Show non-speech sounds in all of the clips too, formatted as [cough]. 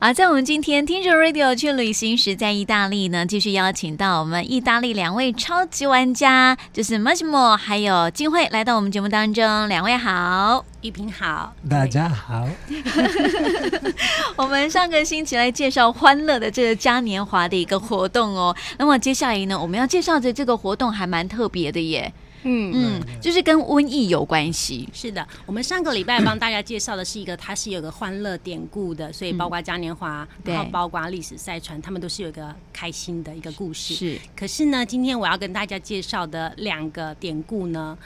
啊，在我们今天听着 Radio 去旅行时，在意大利呢，继续邀请到我们意大利两位超级玩家，就是 Massimo 还有金慧，来到我们节目当中，两位好。玉萍好，大家好，我们上个星期来介绍欢乐的这个嘉年华的一个活动哦，那么接下来呢，我们要介绍的这个活动还蛮特别的耶，嗯，嗯，就是跟瘟疫有关系。是的，我们上个礼拜帮大家介绍的是一个，它是有个欢乐典故的，所以包括嘉年华，对然后包括历史赛船，他们都是有一个开心的一个故事。是可是呢，今天我要跟大家介绍的两个典故呢，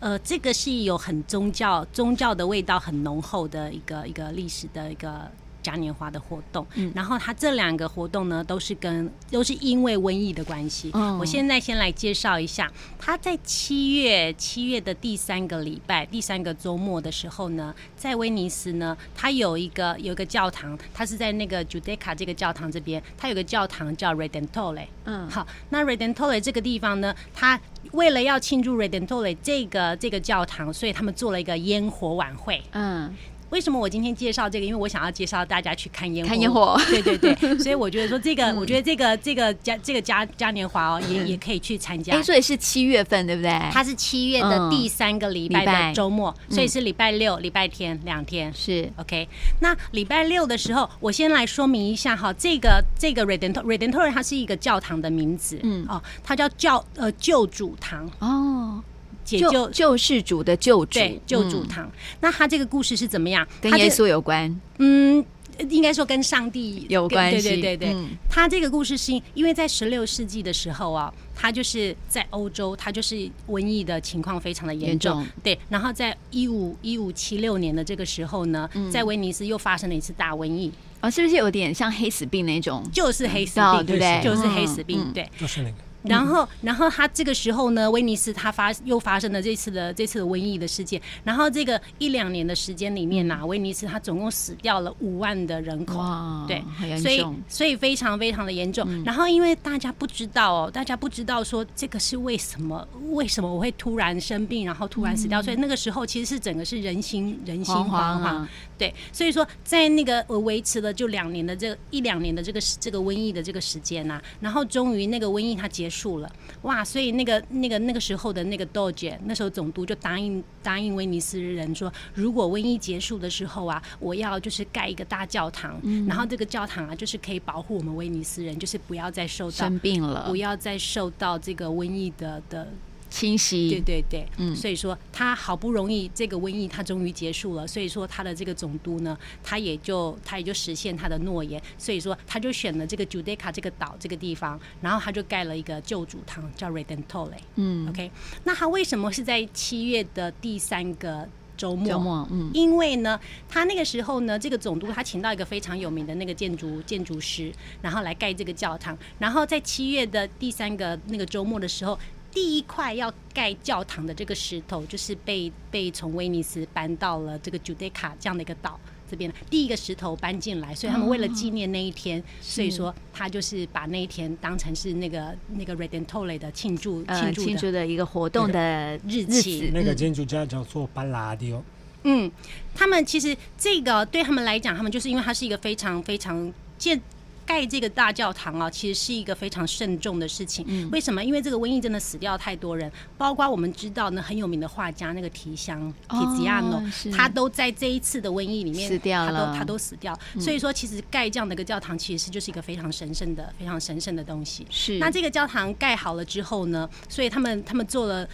呃，这个是有很宗教宗教的味道很浓厚的一个一个历史的一个。嘉年华的活动，嗯然后它这两个活动呢，都是跟都是因为瘟疫的关系。哦我现在先来介绍一下，它在七月七月的第三个礼拜，第三个周末的时候呢，在威尼斯呢，它有一个有一个教堂，它是在那个 Judeca 这个教堂这边，它有个教堂叫 Redentore。嗯好，那 Redentore 这个地方呢，它为了要庆祝 Redentore 这个这个教堂，所以他们做了一个烟火晚会。嗯，为什么我今天介绍这个？因为我想要介绍大家去看烟火。看烟火嗯对对对，所以我觉得说这个，我觉得这个这个嘉这个嘉嘉年华哦，也也可以去参加。哎，所以是七月份对不对？它是七月的第三个礼拜嗯礼拜的周末，嗯所以是礼拜六、礼拜天两天。是 OK，那礼拜六的时候，我先来说明一下哈，这个这个 Redentore Redentore 它是一个教堂的名字，嗯哦，它叫教呃救主堂，哦，解救救救世主的救主，对救主嗯堂。那它这个故事是怎么样？跟它这耶稣有关，嗯，应该说跟上帝有跟关对系，对对对，嗯他这个故事是因为在十六世纪的时候啊，他就是在欧洲，他就是瘟疫的情况非常的严重，严重对。然后在一五一五七六年的这个时候呢，嗯在威尼斯又发生了一次大瘟疫，哦，是不是有点像黑死病那种？就是黑死嗯病，对不对就是黑死病，嗯嗯对。就是那个然后，然后他这个时候呢，威尼斯他发又发生了这次的这次的瘟疫的事件。然后这个一两年的时间里面呐、威尼斯他总共死掉了五万的人口。嗯哇，对好严所以重，嗯所以非常非常的严重。然后因为大家不知道哦，大家不知道说这个是为什么，为什么我会突然生病，然后突然死掉，所以那个时候其实是整个是人心人心惶惶惶惶。嗯啊，对，所以说在那个呃维持了就两年的这个一两年的这个时这个瘟疫的这个时间呐、然后终于那个瘟疫它结束了，哇！所以那个那个那个时候的那个 d o g e 那时候总督就答应答应威尼斯人说，如果瘟疫结束的时候啊，我要就是盖一个大教堂，然后这个教堂啊就是可以保护我们威尼斯人，就是不要再受到生病了不，要再受到这个瘟疫的的清对晰，对对，嗯所以说他好不容易这个瘟疫他终于结束了，所以说他的这个总督呢，他也就他也就实现他的诺言，所以说他就选了这个 Judeca 这个岛这个地方，然后他就盖了一个救主堂，叫 Redentore。嗯， OK，那他为什么是在七月的第三个周末？周末，嗯，因为呢，他那个时候呢，这个总督他请到一个非常有名的那个建筑建筑师，然后来盖这个教堂。然后在七月的第三个那个周末的时候，第一块要盖教堂的这个石头，就是被被从威尼斯搬到了这个 Judeca 这样的一个岛这边，第一个石头搬进来，所以他们为了纪念那一天，所以说他就是把那一天当成是那个那个 Redentore 的庆祝呃，庆祝庆的祝的一个活动的日日嗯期 Eh, 子，那 mm. 个建筑家叫做巴拉迪奥，嗯，他们其实这个对他们来讲，他们就是因为它是一个非常非常建盖这个大教堂啊，其实是一个非常慎重的事情。嗯为什么？因为这个瘟疫真的死掉太多人，包括我们知道呢很有名的画家那个提香哦提吉亚诺是，他都在这一次的瘟疫里面死掉他了嗯都他都死掉。所以说，其实盖这样的一个教堂，其实就是一个非常神圣的、非常神圣的东西。是那这个教堂盖好了之后呢，所以他们他们做了。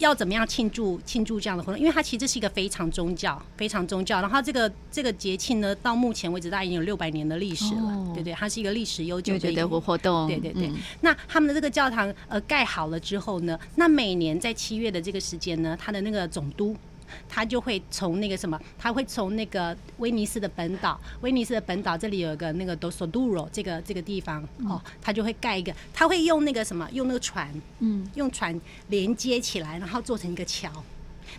要怎么样庆祝庆祝这样的活动？因为它其实是一个非常宗教、非常宗教。然后这个这个节庆呢，到目前为止大概已经有六百年的历史了，哦对对，它是一个历史悠就久的觉一个得活哦动，对对对嗯那他们的这个教堂呃盖好了之后呢，那每年在七月的这个时间呢，他的那个总督。他就会从那个什么，他会从那个威尼斯的本岛，威尼斯的本岛这里有一个那个 d o s o d u r o 这个这个地方哦，他就会盖一个，他会用那个什么，用那个船，嗯，用船连接起来，然后做成一个桥，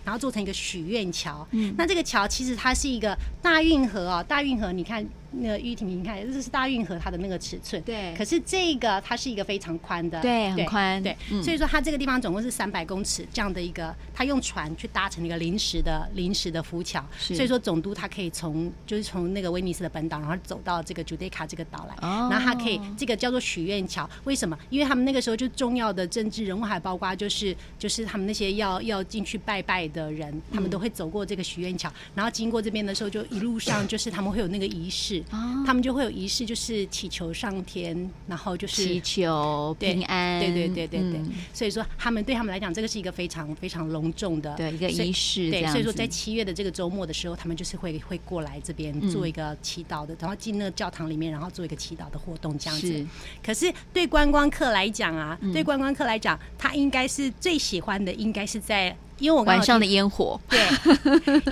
然后嗯啊做成一个许愿桥。那这个桥其实它是一个大运河哦，大运河你看那个玉婷平看，这是大运河它的那个尺寸。对可是这个它是一个非常宽的，对很宽对，嗯所以说它这个地方总共是三百公尺这样的一个，它用船去搭成一个临时的临时的浮桥，是所以说总督他可以从就是从那个威尼斯的本岛，然后走到这个朱迪卡这个岛来，哦然后他可以这个叫做许愿桥，为什么？因为他们那个时候就重要的政治人物，还包括就是就是他们那些要要进去拜拜的人，嗯他们都会走过这个许愿桥，然后经过这边的时候，就一路上就是他们会有那个仪式，哦他们就会有仪式，就是祈求上天，然后就是祈求对平安，对对对对对，嗯所以说他们对他们来讲，这个是一个非常非常隆重的对一个所以仪式这对，样所以说子在七月的这个周末的时候，他们就是会会过来这嗯边做一个祈祷的，然后进那个教堂里面，然后做一个祈祷的活动这样子是。嗯可是对观光客来讲啊，对观光客来讲，他应该是最喜欢的，应该是在因为我刚好晚上听的烟火， [laughs] 对，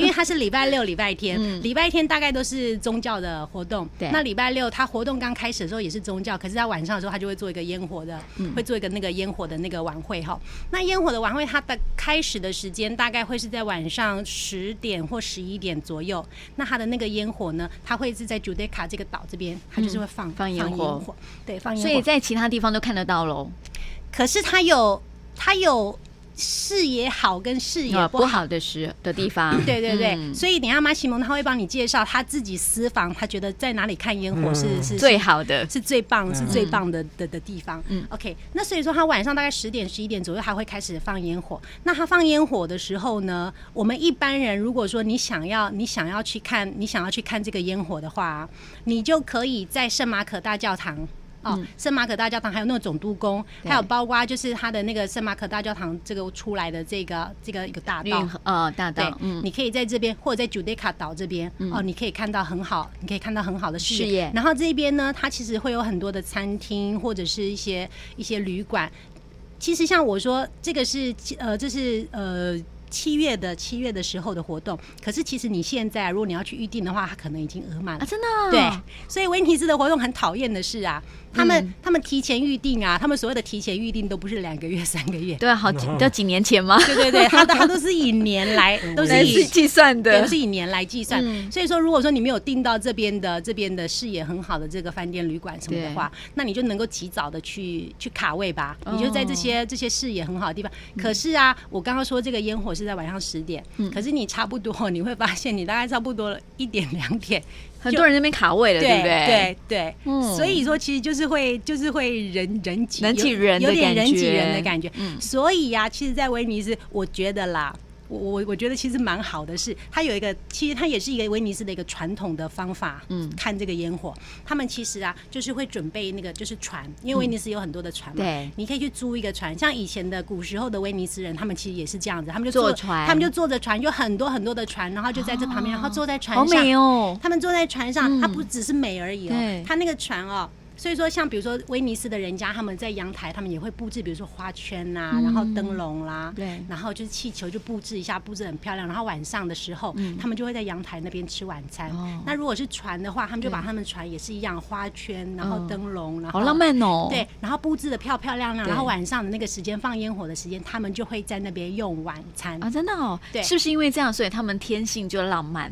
因为它是礼拜六、礼拜天，嗯礼拜天大概都是宗教的活动。对那礼拜六它活动刚开始的时候也是宗教，可是它晚上的时候它就会做一个烟火的，嗯会做一个那个烟火的那个晚会哈。那烟火的晚会它的开始的时间大概会是在晚上十点或十一点左右。那它的那个烟火呢，它会是在 Judeca 这个岛这边，它就是会放、嗯放烟火火，对，放烟火。所以在其他地方都看得到喽。可是它有它有视野好跟视野啊不好。不好的时的地方，对对对，嗯所以等一下马西蒙他会帮你介绍他自己私房，他觉得在哪里看烟火是、是最好的是最棒是最棒的的的地方。嗯嗯，OK，那所以说他晚上大概十点十一点左右他会开始放烟火。那他放烟火的时候呢，我们一般人如果说你想要你想要去看你想要去看这个烟火的话，你就可以在圣马可大教堂。哦，圣马可大教堂，还有那个总督宫，嗯对还有包括就是它的那个圣马可大教堂这个出来的这个这个一个大道运，河呃大对道，，嗯，你可以在这边或者在 Judeca 岛这边、哦，你可以看到很好，你可以看到很好的视视野野。然后这边呢，它其实会有很多的餐厅或者是一些一些旅馆。其实像我说，这个是呃，这是呃。七月的七月的时候的活动，可是其实你现在如果你要去预定的话，它可能已经额满了啊，。真的啊嗯对，所以威尼斯的活动很讨厌的是啊，他们、他们提前预定啊，他们所谓的提前预定都不是两个月、三个月，对啊，好几都几年前吗？对对对，他他都是以年来， [laughs] [laughs] 都是来以是计算对，的是以年来计算。嗯所以说，如果说你没有订到这边的这边的视野很好的这个饭店、旅馆什么的话，那你就能够及早的去去卡位吧。哦嗯你就在这些这些视野很好的地方。可是啊，我刚刚说这个烟火是在晚上十点，可是你差不多你会发现，你大概差不多了一点两点，很多人在那边卡位了，对不对对？对嗯所以说其实就是会就是会人人挤人挤人的有有感点人挤觉人的感觉。嗯所以呀、其实，在威尼斯，我觉得啦。我我我觉得其实蛮好的是，它有一个，其实它也是一个威尼斯的一个传统的方法，嗯看这个烟火。他们其实啊，就是会准备那个就是船，因为威尼斯有很多的船嘛，对你可以去租一个船。像以前的古时候的威尼斯人，他们其实也是这样子，他们就坐坐船他们就坐着船，有很多很多的船，然后就在这旁边，然后坐在船好上，美哦，他们坐在船嗯上，它不只是美而已对哦，它那个船哦。所以说，像比如说威尼斯的人家，他们在阳台，他们也会布置，比如说花圈啦、然后灯笼啦，嗯对然后就是气球就布置一下，布置很漂亮。然后晚上的时候，他们就会在阳台那边吃晚餐。嗯哦那如果是船的话，他们就把对他们船也是一样，花圈，然后嗯灯笼，然后好浪漫哦，对，，然后布置的漂漂亮亮。对然后晚上的那个时间放烟火的时间，他们就会在那边用晚餐。啊，真的哦，对是不是因为这样，所以他们天性就浪漫？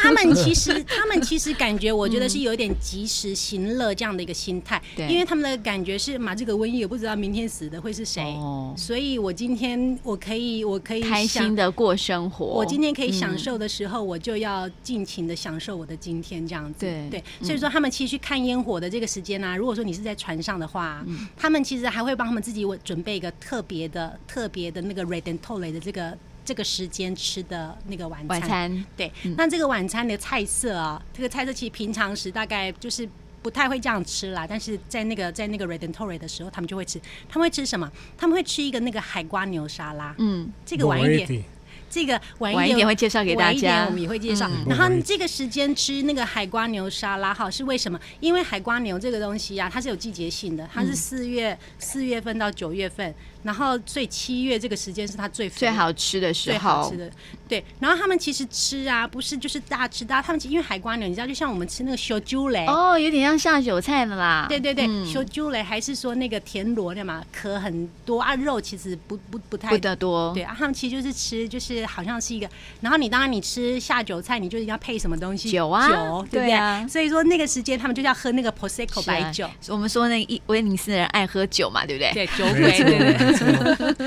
他们 [laughs] 其实，他们其实感觉，我觉得是有一点及时行乐这样的一个心态，对因为他们的感觉是，嘛，这个瘟疫也不知道明天死的会是谁，哦所以我今天我可以，我可以开心想，的过生活。我今天可以享嗯受的时候，我就要尽情的享受我的今天，这样子，对嗯所以说他们其实去看烟火的这个时间呢、啊如果说你是在船上的话，他们其实还会帮他们自己准备一个特别的、特别的那个 red and tole 的这个这个时间吃的那个晚晚餐。餐对，那这个晚餐的菜色啊，这个菜色其实平常时大概就是不太会这样吃啦，但是在那个在那个 Redentory 的时候，他们就会吃，他们会吃什么？他们会吃一个那个海瓜牛沙拉，嗯，这个晚一点， Moretti，这个晚晚一一点点会介绍给大家晚一点我们也会介绍。嗯然后这个时间吃那个海瓜牛沙拉哈，是为什么？嗯因为海瓜牛这个东西啊，它是有季节性的，它是四月四、月份到九月份，然后所以七月这个时间是它最肥最好吃的时最好候吃，的，对。然后他们其实吃啊，不是就是大吃大，他们其因为海瓜牛，你知道，就像我们吃那个小猪雷，哦，有点像下酒菜的啦。对对对，嗯小猪雷还是说那个田螺对嘛，壳很多啊，肉其实不不不太不得多对。啊，他们其实就是吃，就是好像是一个，然后你当然你吃下酒菜，你就一定要配什么东西酒啊酒对对不对？啊所以说那个时间他们就要喝那个 prosecco 是啊白酒， [laughs] 我们说那一威尼斯人爱喝酒嘛，对不对？对酒没鬼，错对 [laughs] 对对。没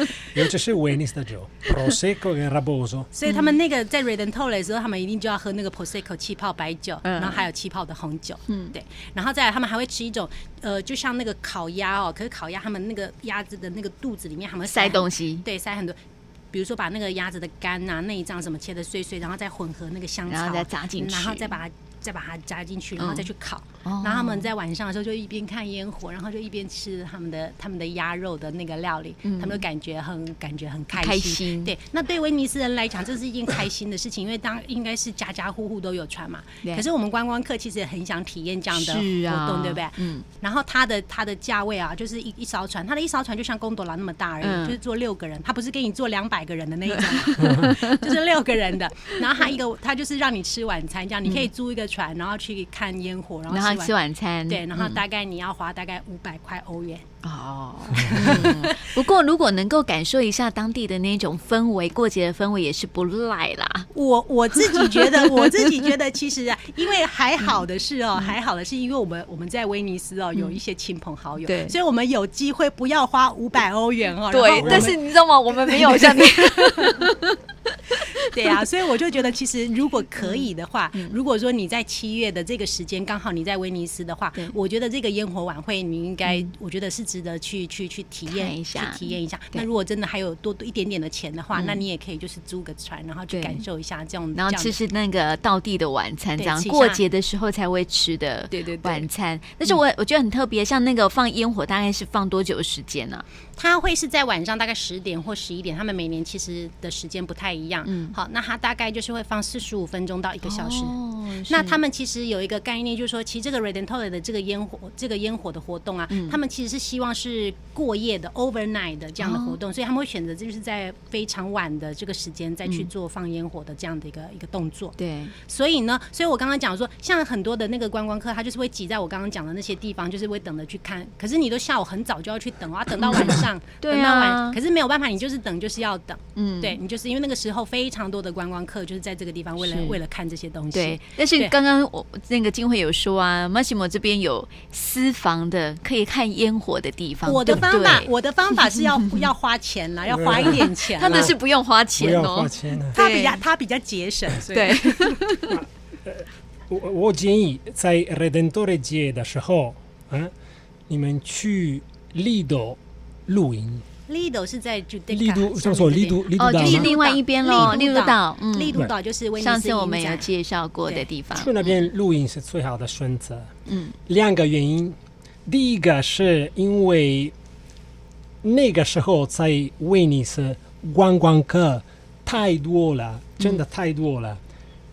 错，尤其是威尼斯的酒，Prosecco 跟 Raboso，所以他们那个在 r e d e n t o l e 的时候，他们一定就要喝那个 prosecco 气泡白酒，嗯然后还有气泡的红酒，嗯，对，然后再来他们还会吃一种，呃，就像那个烤鸭哦，可是烤鸭他们那个鸭子的那个肚子里面，他们塞东西，西，对，塞很多，比如说把那个鸭子的肝啊、内脏什么切的碎碎，然后再混合那个香草，然后再砸进去然后再把它再把它加进去，然后再去烤，哦然后他们在晚上的时候就一边看烟火，然后就一边吃他们的他们的鸭肉的那个料理，他们都感觉很感觉很开嗯开心对，那对威尼斯人来讲，这是一件开心的事情，因为当应该是家家户户都有穿嘛。对可是我们观光客其实也很想体验这样的活是啊动，对不对？嗯，然后它的它的价位啊，就是一一艘船，它的一艘船就像贡多拉那么大而已，嗯就是坐六个人，它不是给你坐两百个人的那一 [laughs] 种，就是六个人的。然后它一个，它就是让你吃晚餐，这样你可以租一个船，然后去看烟火，然后然吃后晚吃晚餐，对，然后嗯大概你要花大概五百块欧元。 [laughs] 哦，嗯不过如果能够感受一下当地的那种氛围，过节的氛围也是不赖啦。我我自己 [laughs] 觉得，我自己觉得，其实啊，因为还好的是嗯哦，还好的是，因为我们我们在威尼斯哦，有一些亲朋好友，对所以我们有机会不要花五百欧元哦。然后我对，们但是你知道吗？我们没有 [laughs] 像你， [laughs] 对啊，所以我就觉得，其实如果可以的话，嗯如果说你在七月的这个时间刚好你在威尼斯的话对，嗯我觉得这个烟火晚会你应该，我觉得是值得去去去体看验一下嗯去体验一下。对嗯那如果真的还有多多一点点的钱的话，那你也可以就是租个船，然后去对感受一下这种，然后这样吃的吃那个道地的晚餐，这对样吃一下过节的时候才会吃的对对对晚餐。但是我我觉得很特别，像那个放烟火，大概是放多久的时间呢？它会是在晚上大概十点或十一点，他们每年其实的时间不太一样。嗯，好，那它大概就是会放四十五分钟到一个小时。哦那他们其实有一个概念，就是说，其实这个 r e d e n t o r 的这个烟火，这个烟火的活动啊，嗯他们其实是希望是过夜的 overnight 的这样的活哦动，所以他们会选择就是在非常晚的这个时间再去做放烟火的这样的一个、嗯一个动作。对所以呢，所以我刚刚讲说，像很多的那个观光客，他就是会挤在我刚刚讲的那些地方，就是会等着去看。可是你都下午很早就要去等哦啊，等到晚上， [laughs] 对啊等到晚，可是没有办法，你就是等，就是要等。嗯对你就是因为那个时候非常多的观光客就是在这个地方为了是为了看这些东西。对，但是对刚刚我那个金慧有说啊，Massimo 这边有私房的可以看烟火的地方，我的对不方法，对我的方法是要要花钱啦，要花一点钱啦。他的是不用花不钱要哦花，钱啊！他比较他比较节省，所以对，我我建议在 Redentore 节的时候，嗯，你们去 eh? Lido 露营， Lido 是在 Judeca 丽都上叫做面丽对不都丽哦，都岛就吗是另外一边喽，利利鲁都岛岛，对嗯，丽都岛就是威尼 [laughs] 斯上次我们影有展介绍过的对地方，去那边露营是最好的选择。嗯，两个原因，第一个是因为那个时候在威尼斯观光客太多了，真的太多了。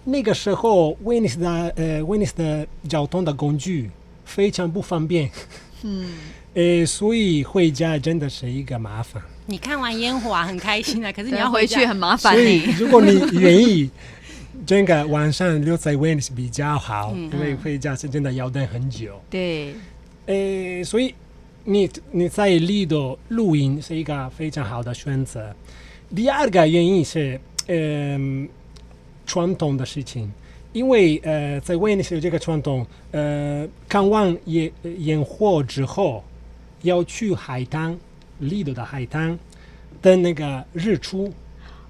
那个时候威尼斯的呃威尼斯的交通的工具非常不方便， [laughs] 嗯，呃，所以回家真的是一个麻烦。你看完烟火啊很开心啊，可是你对要回家去很麻烦所 [laughs] 以呢。如果你愿意，这个晚上留在威尼斯比较好，因为回家是真的要等很久。对，呃，所以你你在 Lido 露营是一个非常好的选择。第二个原因是，嗯、传统的事情，因为呃，在威尼斯有这个传统，呃，看完烟呃烟火之后，要去海滩，Lido 的海滩，等那个日出。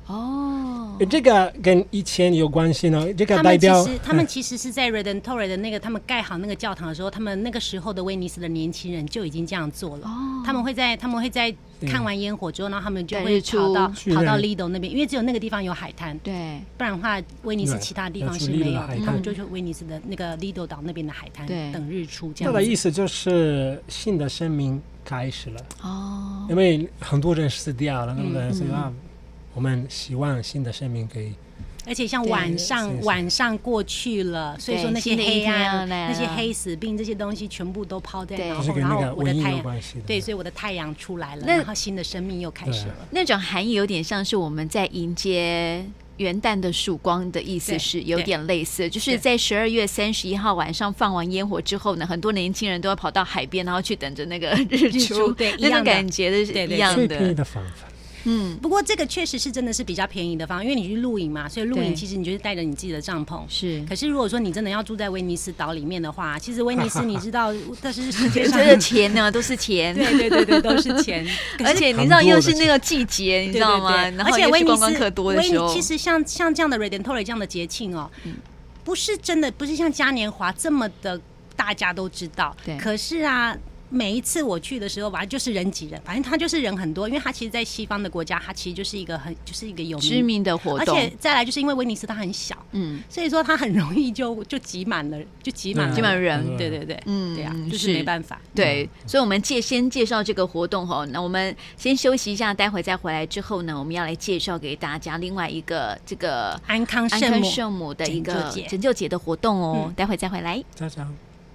哦，呃这个跟以前有关系呢，这个他代们其表哎嗯实他们其实是在 Redentore 的那个他们盖好那个教堂的时候，他们那个时候的威尼斯的年轻人就已经这样做了。哦他们会在他们会在看完烟火之后，然后他们就对会日出跑到去跑到那 Lido 那边，因为只有那个地方有海滩。对不然的话，威尼斯对其他地要方去是 Lido 没的有海的，他滩们就去威尼斯的那个 Lido 岛那边的海滩对等日出这它样的子。意思就是新的生命开始了。哦，嗯因为很多人死掉了，对不对？所以啊，我们希望新的生命可以而且像对晚是上是晚上过去了，所以对说那些新的一黑天啊暗、要来那些了黑死病这些东西全部都抛在对脑就是后，跟哦然那后个我的瘟疫太有阳关系的。对，所以我的太阳出来了，那然后新的生命又开始对了。那种含义有点像是我们在迎接元旦的曙光的意思对是有对点类似，就是对在十二月三十一号晚上放完烟火之后呢，很多年轻人都要跑到海边，然后去等着那个日日出出，对一那样种的感觉的对是对一样最便宜的，的方法，嗯，不过这个确实是真的是比较便宜的方案，因为你去露营嘛，所以露对营其实你就是带着你自己的帐篷。是。可是如果说你真的要住在威尼斯岛里面的话，其实威尼斯你知 [laughs] 道，但是世界觉上得钱呢都是钱， [laughs] 对对对对都是钱，而且你知道又是那个季节，你知道吗？对对对然而后且又威是尼观斯光客多的威尼时候，嗯其实像像这样的 Redemptory 这样的节庆哦，不是真的不是像嘉年华这么的大家都知道对，可是啊。每一次我去的时候，反正就是人挤人，反正它就是人很多，因为它其实，在西方的国家，它其实就是一个很就是一个有知名的活而动，且再来就是因为威尼斯它很小，嗯所以说它很容易就就挤满了，就挤满了，基挤本满上人很多对对对，嗯，对啊，就是没办法。对，所以我们介先介绍这个活动哈，那我们先休息一下，待会再回来之后呢，我们要来介绍给大家另外一个这个安康安圣坑母，圣母的一拯个救节拯救节的活动哦，嗯待会再回来。再讲。